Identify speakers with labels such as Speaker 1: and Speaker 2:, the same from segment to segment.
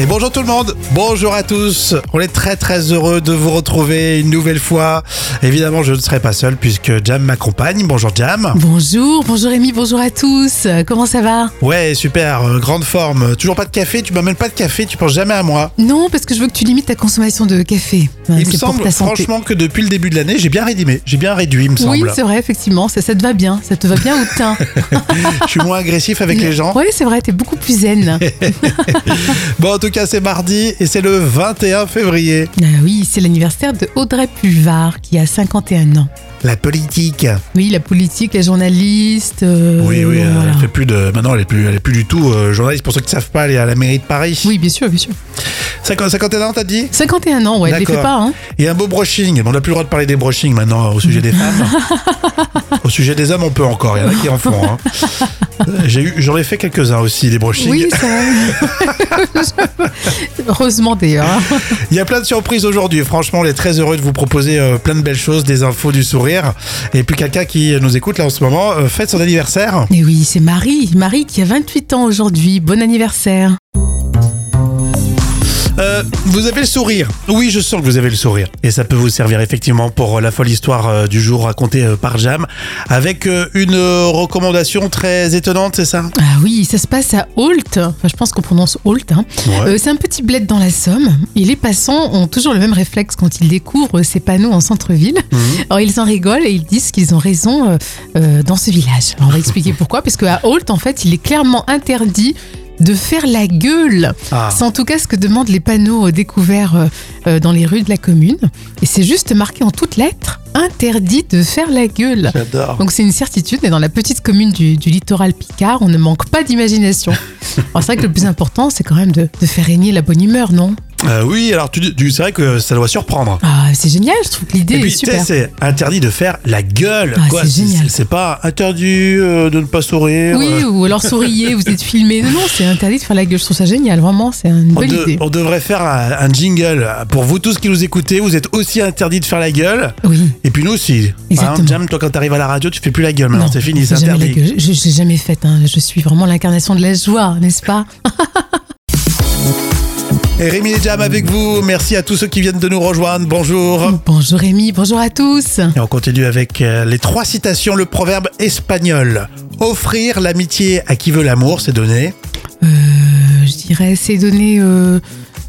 Speaker 1: Et bonjour tout le monde, bonjour à tous. On est très très heureux de vous retrouver une nouvelle fois. Évidemment, je ne serai pas seul puisque Jam m'accompagne. Bonjour Jam.
Speaker 2: Bonjour, bonjour Rémi, bonjour à tous. Euh, Comment ça va
Speaker 1: Ouais, super, euh, grande forme. Toujours pas de café, tu m'amènes pas de café, tu penses jamais à moi.
Speaker 2: Non, parce que je veux que tu limites ta consommation de café. Euh,
Speaker 1: il me
Speaker 2: c'est pour
Speaker 1: semble
Speaker 2: ta santé.
Speaker 1: franchement que depuis le début de l'année, j'ai bien rédimé, j'ai bien réduit, il me
Speaker 2: Oui,
Speaker 1: semble.
Speaker 2: c'est vrai, effectivement, ça, ça te va bien, ça te va bien au teint.
Speaker 1: je suis moins agressif avec les gens.
Speaker 2: Oui, c'est vrai, t'es beaucoup plus zen.
Speaker 1: Bon, en tout cas, c'est mardi et c'est le 21 février.
Speaker 2: Ah oui, c'est l'anniversaire de Audrey Pulvar qui a 51 ans.
Speaker 1: La politique.
Speaker 2: Oui, la politique, la journaliste. euh,
Speaker 1: Oui, oui,
Speaker 2: voilà.
Speaker 1: elle fait plus de. Maintenant, elle est plus, elle est plus du tout euh, journaliste. Pour ceux qui ne savent pas, elle est à la mairie de Paris.
Speaker 2: Oui, bien sûr, bien sûr.
Speaker 1: 50 51 ans, t'as dit
Speaker 2: 51 ans, ouais, elle les fait
Speaker 1: D'accord.
Speaker 2: pas, hein.
Speaker 1: Et un beau brushing. On n'a plus le droit de parler des brushings maintenant euh, au sujet des femmes. au sujet des hommes, on peut encore. Il y en a qui en font. hein. Euh, J'ai eu, j'en ai fait quelques-uns aussi des brushings.
Speaker 2: Oui, ça va. Heureusement d'ailleurs. hein.
Speaker 1: Il y a plein de surprises aujourd'hui. Franchement, on est très heureux de vous proposer euh, plein de belles choses, des infos, du sourire. Et puis quelqu'un qui nous écoute là en ce moment euh, fête son anniversaire.
Speaker 2: Et oui, c'est Marie, Marie qui a 28 ans aujourd'hui. Bon anniversaire.
Speaker 1: Euh, vous avez le sourire. Oui, je sens que vous avez le sourire. Et ça peut vous servir effectivement pour euh, la folle histoire euh, du jour racontée euh, par Jam, avec euh, une euh, recommandation très étonnante, c'est ça
Speaker 2: Ah oui, ça se passe à Holt. Enfin, je pense qu'on prononce Holt. hein. Euh, c'est un petit bled dans la Somme. Et les passants ont toujours le même réflexe quand ils découvrent ces panneaux en centre-ville.
Speaker 1: Mhm.
Speaker 2: Alors ils en rigolent et ils disent qu'ils ont raison euh, euh, dans ce village. Alors, on va expliquer pourquoi. Parce qu'à Holt, en fait, il est clairement interdit de faire la gueule.
Speaker 1: Ah.
Speaker 2: C'est en tout cas ce que demandent les panneaux euh, découverts euh, euh, dans les rues de la commune. Et c'est juste marqué en toutes lettres interdit de faire la gueule.
Speaker 1: J'adore.
Speaker 2: Donc c'est une certitude, mais dans la petite commune du, du littoral Picard, on ne manque pas d'imagination. Alors c'est vrai que le plus important, c'est quand même de, de faire régner la bonne humeur, non
Speaker 1: Euh, oui, alors tu, tu- c'est vrai que ça doit surprendre.
Speaker 2: Ah, c'est génial, je trouve que l'idée
Speaker 1: Et
Speaker 2: est
Speaker 1: puis, tu sais,
Speaker 2: super.
Speaker 1: c'est interdit de faire la gueule.
Speaker 2: Ah,
Speaker 1: quoi.
Speaker 2: c'est
Speaker 1: C'est-
Speaker 2: génial.
Speaker 1: c'est- C'est pas interdit euh, de ne pas sourire.
Speaker 2: Oui,
Speaker 1: euh.
Speaker 2: ou alors souriez, vous êtes filmé. Non, non, c'est interdit de faire la gueule, je trouve ça génial, vraiment, c'est une
Speaker 1: On,
Speaker 2: bonne
Speaker 1: de-
Speaker 2: idée.
Speaker 1: on devrait faire un, un jingle. Pour vous tous qui nous écoutez, vous êtes aussi interdit de faire la gueule.
Speaker 2: Oui.
Speaker 1: Et puis nous aussi. Par exemple,
Speaker 2: Exactement.
Speaker 1: Jam, toi quand t'arrives à la radio, tu fais plus la gueule maintenant.
Speaker 2: Non,
Speaker 1: C'est
Speaker 2: on
Speaker 1: fini,
Speaker 2: fait
Speaker 1: c'est
Speaker 2: jamais la
Speaker 1: interdit.
Speaker 2: gueule. Je je l'ai jamais faite, hein. je suis vraiment l'incarnation de la joie, n'est-ce pas
Speaker 1: Et Rémi et Jam avec vous. Merci à tous ceux qui viennent de nous rejoindre. Bonjour.
Speaker 2: Bonjour Rémi, bonjour à tous.
Speaker 1: Et on continue avec euh, les trois citations, le proverbe espagnol. Offrir l'amitié à qui veut l'amour, c'est donné.
Speaker 2: Euh, je dirais, c'est donner, euh,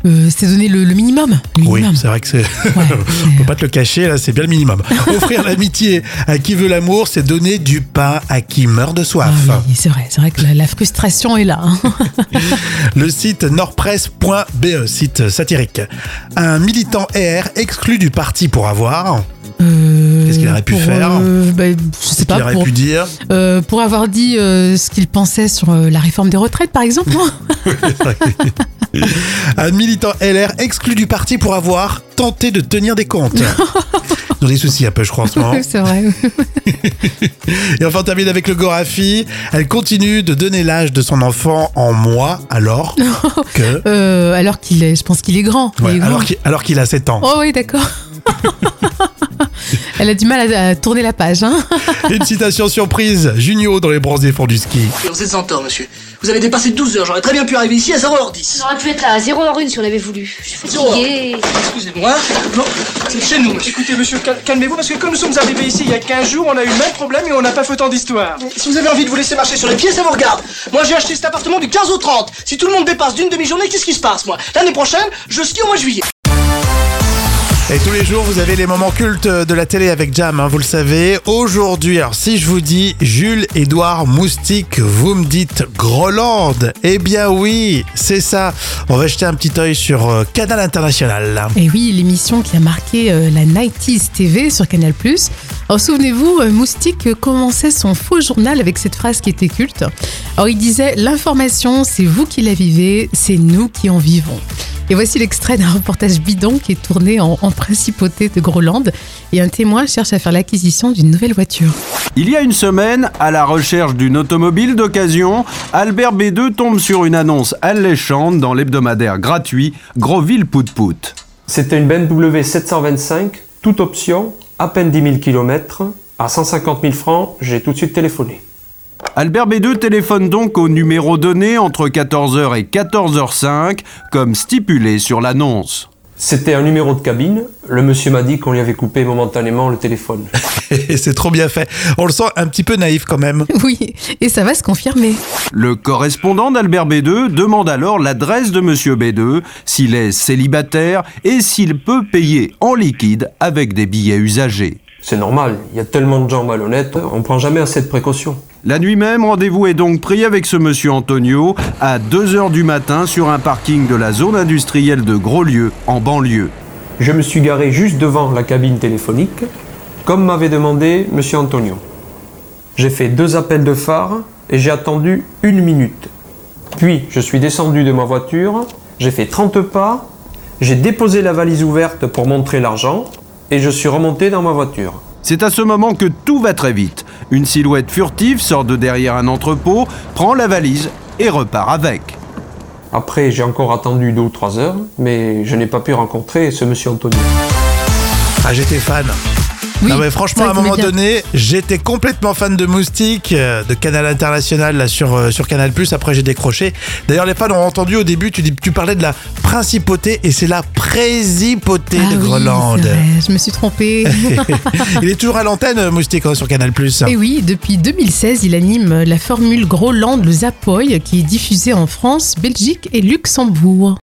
Speaker 2: euh, c'est donner le, le minimum. Le
Speaker 1: Oui,
Speaker 2: minimum.
Speaker 1: c'est vrai que c'est.
Speaker 2: Ouais,
Speaker 1: On
Speaker 2: c'est-
Speaker 1: peut pas te le cacher, là, c'est bien le minimum. Offrir l'amitié à qui veut l'amour, c'est donner du pain à qui meurt de
Speaker 2: Ah
Speaker 1: soif.
Speaker 2: oui, c'est vrai, c'est vrai que la, la frustration est là. hein.
Speaker 1: Le site nordpresse.be, site satirique. Un militant ER exclu du parti pour avoir.
Speaker 2: Euh,
Speaker 1: Qu'est-ce qu'il aurait pu
Speaker 2: pour,
Speaker 1: faire
Speaker 2: euh, bah, Je sais
Speaker 1: Qu'il
Speaker 2: pas,
Speaker 1: aurait
Speaker 2: pour,
Speaker 1: pu dire.
Speaker 2: euh, pour avoir dit euh, ce qu'il pensait sur euh, la réforme des retraites, par exemple. hein. non
Speaker 1: Un militant LR exclu du parti pour avoir tenté de tenir des comptes. Ils ont des soucis un peu, je crois, en ce moment.
Speaker 2: c'est vrai.
Speaker 1: Et enfin, on termine avec le Gorafi. Elle continue de donner l'âge de son enfant en mois, alors que.
Speaker 2: Euh, alors qu'il est, je pense qu'il est grand. il
Speaker 1: Ouais,
Speaker 2: est grand.
Speaker 1: alors qu'il alors qu'il a 7 ans.
Speaker 2: Oh oui, d'accord. Elle a du mal à, à tourner la page. Hein.
Speaker 1: Une citation surprise, Junio dans les bronzés fonds du ski.
Speaker 3: Et Vous êtes en tort, monsieur. Vous avez dépassé 12 heures. J'aurais très bien pu arriver ici à 0h10.
Speaker 4: J'aurais pu être là à 0h01 si on avait voulu. Je suis fatiguée.
Speaker 3: Excusez-moi. Non, c'est chez nous, monsieur.
Speaker 5: Écoutez, monsieur, cal- calmez-vous parce que comme nous sommes arrivés ici il y a 15 jours, on a eu le même problème et on n'a pas fait tant d'histoire.
Speaker 3: Si vous avez envie de vous laisser marcher sur les pieds, ça vous regarde. Moi, j'ai acheté cet appartement du 15 au 30. Si tout le monde dépasse d'une demi-journée, qu'est-ce qui se passe, moi L'année prochaine, je skie au mois de juillet.
Speaker 1: Et tous les jours, vous avez les moments cultes de la télé avec Jam, hein, vous le savez. Aujourd'hui, alors si je vous dis Jules-Édouard Moustique, vous me dites Groland. Eh bien oui, c'est ça. On va jeter un petit œil sur euh, Canal International.
Speaker 2: Et oui, l'émission qui a marqué euh, la 90s TV sur Canal+. Alors souvenez-vous, euh, Moustique commençait son faux journal avec cette phrase qui était culte. Alors il disait « L'information, c'est vous qui la vivez, c'est nous qui en vivons ». Et voici l'extrait d'un reportage bidon qui est tourné en, en principauté de Groland et un témoin cherche à faire l'acquisition d'une nouvelle voiture.
Speaker 6: Il y a une semaine, à la recherche d'une automobile d'occasion, Albert B2 tombe sur une annonce alléchante dans l'hebdomadaire gratuit Groville Pout Pout.
Speaker 7: C'était une BMW 725, toute option, à peine 10 000 km, à 150 000 francs, j'ai tout de suite téléphoné.
Speaker 6: Albert B2 téléphone donc au numéro donné entre 14h et 14h05, comme stipulé sur l'annonce.
Speaker 7: C'était un numéro de cabine. Le monsieur m'a dit qu'on lui avait coupé momentanément le téléphone.
Speaker 1: Et c'est trop bien fait. On le sent un petit peu naïf quand même.
Speaker 2: Oui, et ça va se confirmer.
Speaker 6: Le correspondant d'Albert B2 demande alors l'adresse de monsieur B2, s'il est célibataire et s'il peut payer en liquide avec des billets usagés.
Speaker 7: C'est normal, il y a tellement de gens malhonnêtes, on prend jamais assez de précautions.
Speaker 6: La nuit même, rendez-vous est donc pris avec ce monsieur Antonio à 2h du matin sur un parking de la zone industrielle de Groslieu, en banlieue.
Speaker 7: Je me suis garé juste devant la cabine téléphonique, comme m'avait demandé monsieur Antonio. J'ai fait deux appels de phare et j'ai attendu une minute. Puis je suis descendu de ma voiture, j'ai fait 30 pas, j'ai déposé la valise ouverte pour montrer l'argent et je suis remonté dans ma voiture.
Speaker 6: C'est à ce moment que tout va très vite. Une silhouette furtive sort de derrière un entrepôt, prend la valise et repart avec.
Speaker 7: Après, j'ai encore attendu deux ou trois heures, mais je n'ai pas pu rencontrer ce monsieur Antonio.
Speaker 1: Ah, j'étais fan.
Speaker 2: Oui,
Speaker 1: non mais franchement,
Speaker 2: ça,
Speaker 1: à un
Speaker 2: il connaît
Speaker 1: moment
Speaker 2: bien.
Speaker 1: donné, j'étais complètement fan de Moustique, euh, de Canal International là sur euh, sur Canal Plus. Après, j'ai décroché. D'ailleurs, les fans ont entendu au début, tu dis, tu parlais de la principauté et c'est la présipauté
Speaker 2: Ah
Speaker 1: de
Speaker 2: oui,
Speaker 1: Groenland.
Speaker 2: c'est vrai, je me suis trompée.
Speaker 1: Il est toujours à l'antenne euh, Moustique hein, sur Canal Plus.
Speaker 2: Et oui, depuis 2016, il anime la formule Groland, le Zapoy, qui est diffusée en France, Belgique et Luxembourg.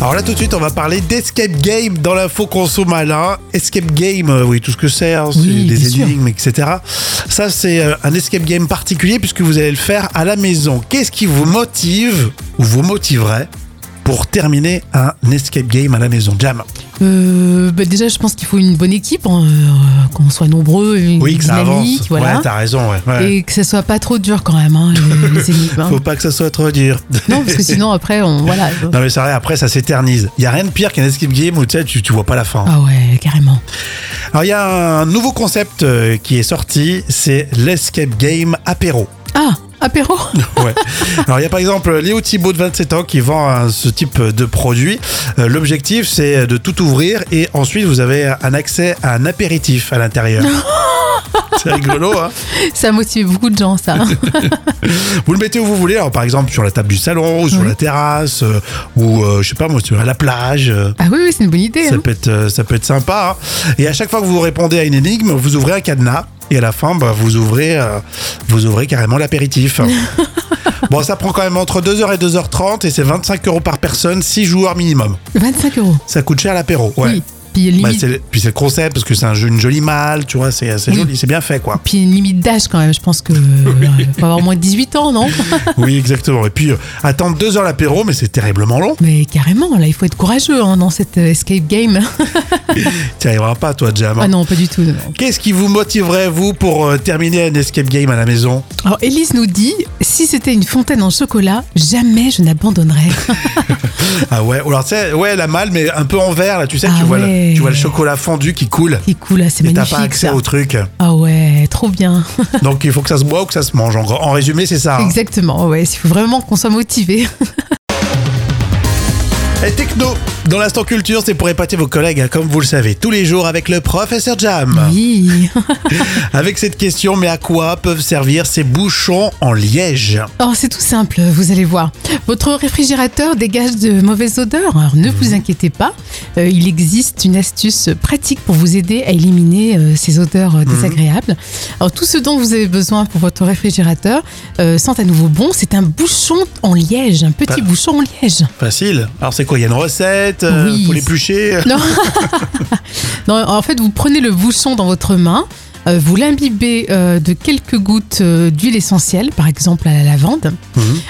Speaker 1: Alors là tout de suite, on va parler d'escape game dans l'info conso malin. Escape game, euh, oui, tout ce que c'est, hein, c'est
Speaker 2: Oui, bien
Speaker 1: des
Speaker 2: sûr.
Speaker 1: énigmes, etc. Ça, c'est euh, un escape game particulier puisque vous allez le faire à la maison. Qu'est-ce qui vous motive ou vous motiverait pour terminer un escape game à la maison Jam.
Speaker 2: Euh, bah déjà, je pense qu'il faut une bonne équipe, hein, euh, qu'on soit nombreux, une
Speaker 1: Oui, que ça
Speaker 2: dynamique,
Speaker 1: avance.
Speaker 2: voilà.
Speaker 1: Ouais, t'as raison. Ouais. Ouais.
Speaker 2: Et que ça soit pas trop dur quand même, hein, les, les énigmes. hein.
Speaker 1: Faut pas que ça soit trop dur.
Speaker 2: Non, parce que sinon après, on voilà.
Speaker 1: Non mais c'est vrai, après ça s'éternise. Il y a rien de pire qu'un escape game où tu sais, tu tu vois pas la fin.
Speaker 2: Ah ouais, carrément.
Speaker 1: Alors il y a un nouveau concept euh, qui est sorti, c'est l'escape game apéro.
Speaker 2: Ah, apéro
Speaker 1: Ouais. Alors il y a par exemple Léo Thibault de 27 ans qui vend euh, ce type de produit. Euh, L'objectif c'est de tout ouvrir et ensuite vous avez un accès à un apéritif à l'intérieur. C'est rigolo, hein
Speaker 2: Ça motive beaucoup de gens, ça. hein.
Speaker 1: Vous le mettez où vous voulez, alors, par exemple sur la table du salon, ou sur
Speaker 2: Oui.
Speaker 1: la terrasse, euh, ou euh, je sais pas moi, sur la plage. euh,
Speaker 2: Ah oui, oui c'est une bonne idée.
Speaker 1: Ça
Speaker 2: hein.
Speaker 1: peut être, euh, ça peut être sympa. hein. Et à chaque fois que vous répondez à une énigme, vous ouvrez un cadenas. Et à la fin, bah, vous ouvrez, euh, vous ouvrez carrément l'apéritif. bon, ça prend quand même entre 2h et 2h30 et c'est 25 euros par personne, 6 joueurs minimum.
Speaker 2: 25 euros.
Speaker 1: Ça coûte cher l'apéro. Ouais.
Speaker 2: Oui. Puis
Speaker 1: Bah,
Speaker 2: limite,
Speaker 1: c'est- puis c'est le concept parce que c'est un jeu, une jolie malle, tu vois, c'est c'est
Speaker 2: Oui.
Speaker 1: joli, c'est bien fait quoi.
Speaker 2: puis une limite d'âge quand même. Je pense que euh, faut avoir moins de 18 ans, non
Speaker 1: oui, exactement. Et puis euh, attendre 2 heures l'apéro, mais c'est terriblement long.
Speaker 2: Mais carrément, là, il faut être courageux hein, dans cette euh, escape game.
Speaker 1: Tu arriveras pas toi, Jam.
Speaker 2: Ah non, pas du tout. non, non.
Speaker 1: Qu'est-ce qui vous motiverait vous pour euh, terminer un escape game à la maison
Speaker 2: Alors, Elise nous dit si c'était une fontaine en chocolat, jamais je n'abandonnerais.
Speaker 1: Ah ouais, ou alors tu sais, ouais, la malle, mais un peu en verre, là, tu sais,
Speaker 2: Ah
Speaker 1: tu, vois
Speaker 2: ouais.
Speaker 1: le, tu vois le chocolat fondu qui coule.
Speaker 2: C'est cool, là, c'est
Speaker 1: Et t'as pas
Speaker 2: magnifique.
Speaker 1: accès
Speaker 2: Ça.
Speaker 1: au truc.
Speaker 2: Ah ouais, trop bien.
Speaker 1: Donc il faut que ça se boit ou que ça se mange. En, gros. En résumé, c'est ça. hein.
Speaker 2: Exactement, ouais. Il faut vraiment qu'on soit motivé.
Speaker 1: Et techno, dans l'instant culture, c'est pour épater vos collègues, hein, comme vous le savez, tous les jours avec le professeur Jam.
Speaker 2: Oui.
Speaker 1: Avec cette question, mais à quoi peuvent servir ces bouchons en liège
Speaker 2: Oh, c'est tout simple, vous allez voir. Votre réfrigérateur dégage de mauvaises odeurs, alors ne vous inquiétez pas. Euh, il existe une astuce pratique pour vous aider à éliminer euh, ces odeurs euh, désagréables. Alors, tout ce dont vous avez besoin pour votre réfrigérateur euh, sent à nouveau bon, c'est un bouchon en liège, un petit bouchon en liège.
Speaker 1: Facile. Alors c'est quoi Il y a une recette euh,
Speaker 2: Oui.
Speaker 1: Faut l'éplucher
Speaker 2: Non. Non, en fait, vous prenez le bouchon dans votre main, euh, vous l'imbibez euh, de quelques gouttes euh, d'huile essentielle, par exemple à la lavande.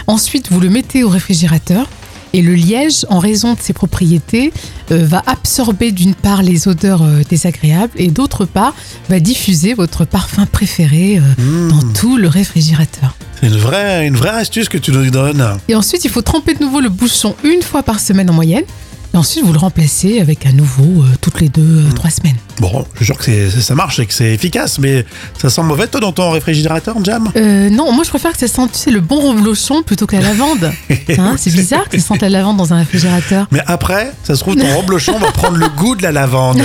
Speaker 2: Ensuite, vous le mettez au réfrigérateur. Et le liège, en raison de ses propriétés, euh, va absorber d'une part les odeurs euh, désagréables et d'autre part va diffuser votre parfum préféré euh, dans tout le réfrigérateur.
Speaker 1: C'est Hmm, une vraie, une vraie astuce que tu nous donnes.
Speaker 2: Et ensuite, il faut tremper de nouveau le bouchon une fois par semaine en moyenne. Et ensuite, vous le remplacez avec un nouveau euh, toutes les deux, euh, trois semaines.
Speaker 1: Bon, je suis sûr que c'est- ça marche et que c'est efficace, mais ça sent mauvais toi dans ton réfrigérateur, Jam
Speaker 2: Euh, non, moi je préfère que ça sente, tu sais, le bon reblochon plutôt que la lavande. Hein, c'est bizarre que ça sente la lavande dans un réfrigérateur.
Speaker 1: Mais après, ça se trouve, ton reblochon va prendre le goût de la lavande.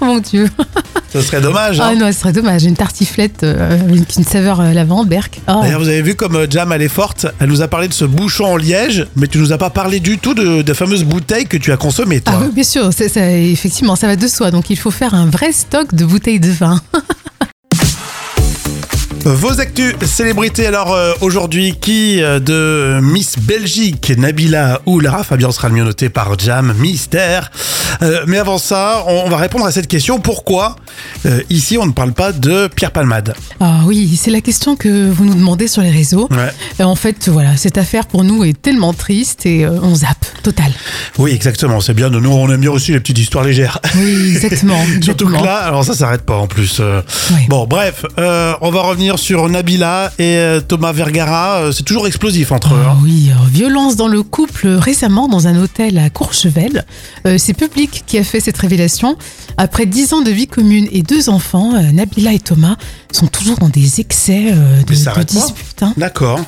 Speaker 2: Oh mon dieu.
Speaker 1: Ce serait dommage. hein.
Speaker 2: Ah non, ce serait dommage. Une tartiflette euh, avec une saveur euh, lavande, berk. Ah.
Speaker 1: D'ailleurs, vous avez vu comme euh, Jam, elle est forte. Elle nous a parlé de ce bouchon en liège, mais tu nous as pas parlé du tout de, de fameuse bouteille que tu as consommée, toi.
Speaker 2: Ah oui, bien sûr, c'est- ça- effectivement, ça va de soi. Donc il faut faire un vrai stock de bouteilles de vin.
Speaker 1: Vos actus célébrités, alors euh, aujourd'hui, qui euh, de Miss Belgique, Nabila ou Lara Fabien sera le mieux noté par Jam, mystère. Euh, mais avant ça, on va répondre à cette question. Pourquoi euh, ici on ne parle pas de Pierre Palmade
Speaker 2: Ah oui, c'est la question que vous nous demandez sur les réseaux.
Speaker 1: Ouais.
Speaker 2: Et en fait, voilà, cette affaire pour nous est tellement triste et euh, on zappe, total.
Speaker 1: Oui, exactement, c'est bien. Nous, on aime bien aussi les petites histoires légères.
Speaker 2: Oui, exactement.
Speaker 1: Surtout
Speaker 2: exactement.
Speaker 1: que là, alors ça s'arrête pas en plus. Euh,
Speaker 2: Oui.
Speaker 1: Bon, bref, euh, on va revenir sur Nabila et euh, Thomas Vergara. Euh, C'est toujours explosif entre eux.
Speaker 2: Ah
Speaker 1: hein.
Speaker 2: oui, euh, violence dans le couple euh, récemment dans un hôtel à Courchevel. Euh, c'est Public qui a fait cette révélation. Après 10 ans de vie commune et deux enfants, euh, Nabila et Thomas sont toujours dans des excès euh, de,
Speaker 1: Mais ça
Speaker 2: de
Speaker 1: arrête pas.
Speaker 2: disputes. hein.
Speaker 1: D'accord,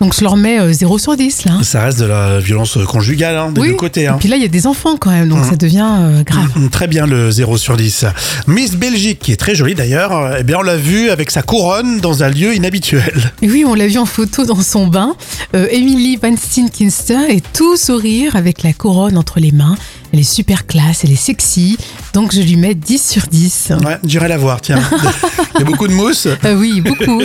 Speaker 2: Donc je leur mets euh, 0 sur 10 là. hein.
Speaker 1: ça reste de la violence conjugale hein, des
Speaker 2: Oui,
Speaker 1: deux côtés. hein.
Speaker 2: Et puis là, il y a des enfants quand même, donc
Speaker 1: Mhm.
Speaker 2: ça devient euh, grave.
Speaker 1: Mm, Très bien le 0 sur 10. Miss Belgique, qui est très jolie d'ailleurs, euh, eh bien on l'a vue avec sa couronne dans un lieu inhabituel.
Speaker 2: Et oui, on l'a vu en photo dans son bain. Euh, Emily Van Steenkinster est tout sourire avec la couronne entre les mains. Elle est super classe, elle est sexy. Donc je lui mets 10 sur 10.
Speaker 1: Ouais, j'irai la voir, tiens. Il y a beaucoup de mousse.
Speaker 2: Ah oui, beaucoup.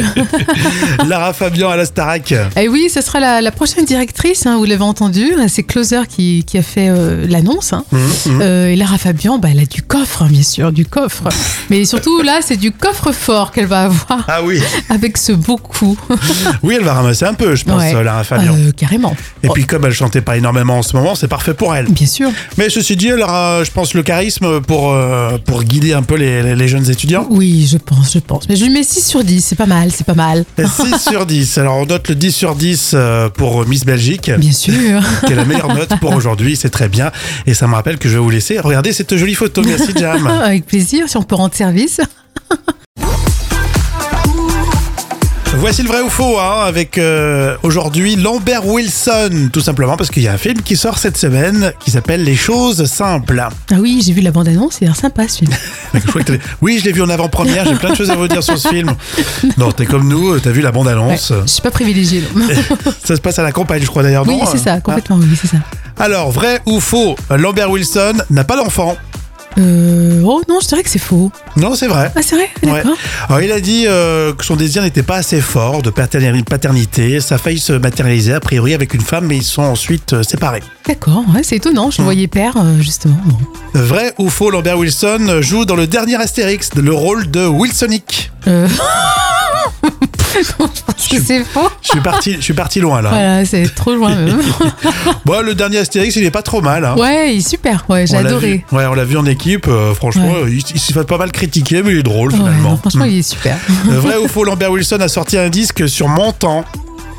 Speaker 1: Lara Fabian à la Starac.
Speaker 2: Et oui, ce sera la, la prochaine directrice, hein, vous l'avez entendu. C'est Closer qui, qui a fait euh, l'annonce.
Speaker 1: Mm,
Speaker 2: hein. Euh, et Lara Fabian, bah, elle a du coffre, hein, bien sûr, du coffre. Mais surtout, là, c'est du coffre fort qu'elle va avoir
Speaker 1: Ah oui,
Speaker 2: avec ce beau coup.
Speaker 1: oui, elle va ramasser un peu, je pense,
Speaker 2: Ouais.
Speaker 1: euh, Lara Fabian.
Speaker 2: Euh, carrément.
Speaker 1: Et puis comme elle chantait pas énormément en ce moment, c'est parfait pour elle.
Speaker 2: Bien sûr.
Speaker 1: Mais ceci dit, elle aura, je pense, le charisme pour, euh, pour guider un peu les, les- les jeunes étudiants.
Speaker 2: Oui, je pense, je pense. Mais je lui mets 6 sur 10, c'est pas mal, c'est pas mal.
Speaker 1: 6 sur 10. Alors on note le 10 sur 10 euh, pour Miss Belgique.
Speaker 2: Bien sûr.
Speaker 1: qui est la meilleure note pour aujourd'hui. C'est très bien. Et ça me rappelle que je vais vous laisser regarder cette jolie photo. Merci, Jam.
Speaker 2: Avec plaisir, si on peut rendre service.
Speaker 1: Voici le vrai ou faux hein, avec euh, aujourd'hui Lambert Wilson. Tout simplement parce qu'il y a un film qui sort cette semaine qui s'appelle Les choses simples.
Speaker 2: Ah oui, j'ai vu la bande-annonce, c'est sympa ce film.
Speaker 1: Je crois que t'allais- oui, je l'ai vu en avant-première. J'ai plein de choses à vous dire sur ce film. Non, t'es comme nous. T'as vu la
Speaker 2: Ouais,
Speaker 1: bande-annonce.
Speaker 2: je suis pas privilégiée. non.
Speaker 1: Ça se passe à la campagne, je crois d'ailleurs.
Speaker 2: Oui,
Speaker 1: non
Speaker 2: c'est ça,
Speaker 1: Hein Ah.
Speaker 2: complètement, oui, c'est ça.
Speaker 1: Alors, vrai ou faux Lambert Wilson n'a pas d'enfant.
Speaker 2: Euh, oh non, je dirais que c'est faux.
Speaker 1: Non, c'est vrai.
Speaker 2: Ah, c'est vrai Ah,
Speaker 1: Ouais.
Speaker 2: D'accord.
Speaker 1: Alors, il a dit euh, que son désir n'était pas assez fort de paterni- paternité. Ça a failli se matérialiser, a priori, avec une femme, mais ils sont ensuite euh, séparés.
Speaker 2: D'accord, ouais, c'est étonnant, je le voyais père, euh, justement. Bon.
Speaker 1: Vrai ou faux, Lambert Wilson joue dans le dernier Astérix le rôle de Wilsonic.
Speaker 2: Euh, je pense que c'est faux.
Speaker 1: Je suis parti, je suis parti loin, là.
Speaker 2: Voilà, c'est trop loin même.
Speaker 1: Bon, le dernier Astérix, il est pas trop mal. hein.
Speaker 2: Ouais, il est super, ouais, j'ai
Speaker 1: On l'a
Speaker 2: adoré.
Speaker 1: vu- Ouais, on l'a vu en équipe. euh, franchement,
Speaker 2: Ouais.
Speaker 1: euh, il, il s'est fait pas mal critiquer, mais il est drôle,
Speaker 2: Ouais, non,
Speaker 1: finalement. Mm.
Speaker 2: franchement, il est super.
Speaker 1: Vrai ou faux, Lambert Wilson a sorti un disque sur Montant.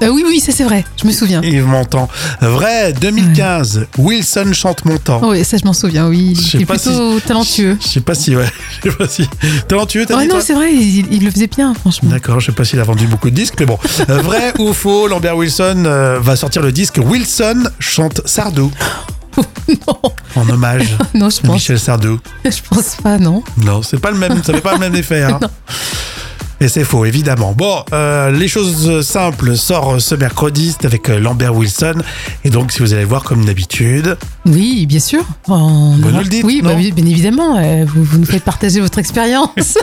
Speaker 2: Euh, oui, oui, ça c'est vrai, je me souviens.
Speaker 1: Yves Montand. Vrai, 2015, Wilson chante Montant.
Speaker 2: Oh, oui, ça je m'en souviens, oui.
Speaker 1: Je
Speaker 2: Il
Speaker 1: sais
Speaker 2: est
Speaker 1: pas si-
Speaker 2: plutôt talentueux.
Speaker 1: Je sais pas si, ouais. Je sais pas si. Talentueux, t'as
Speaker 2: Ouais,
Speaker 1: dit
Speaker 2: non,
Speaker 1: toi
Speaker 2: c'est vrai, il, il le faisait bien, franchement.
Speaker 1: D'accord, je sais pas s'il a vendu beaucoup de disques, mais bon. Euh, Vrai ou faux, Lambert Wilson euh, va sortir le disque Wilson chante Sardou
Speaker 2: non,
Speaker 1: en hommage
Speaker 2: non, je
Speaker 1: à
Speaker 2: pense,
Speaker 1: Michel Sardou.
Speaker 2: je pense pas, non.
Speaker 1: Non, c'est pas le même, ça fait pas le même effet. hein. Et c'est faux, évidemment. Bon, euh, les choses simples sort ce mercredi, c'est avec euh, Lambert Wilson. Et donc, si vous allez voir, comme d'habitude,
Speaker 2: Oui, bien sûr. En-
Speaker 1: Vous nous le dites,
Speaker 2: oui, bah
Speaker 1: non
Speaker 2: oui, bien évidemment. euh, vous, vous nous faites partager votre expérience.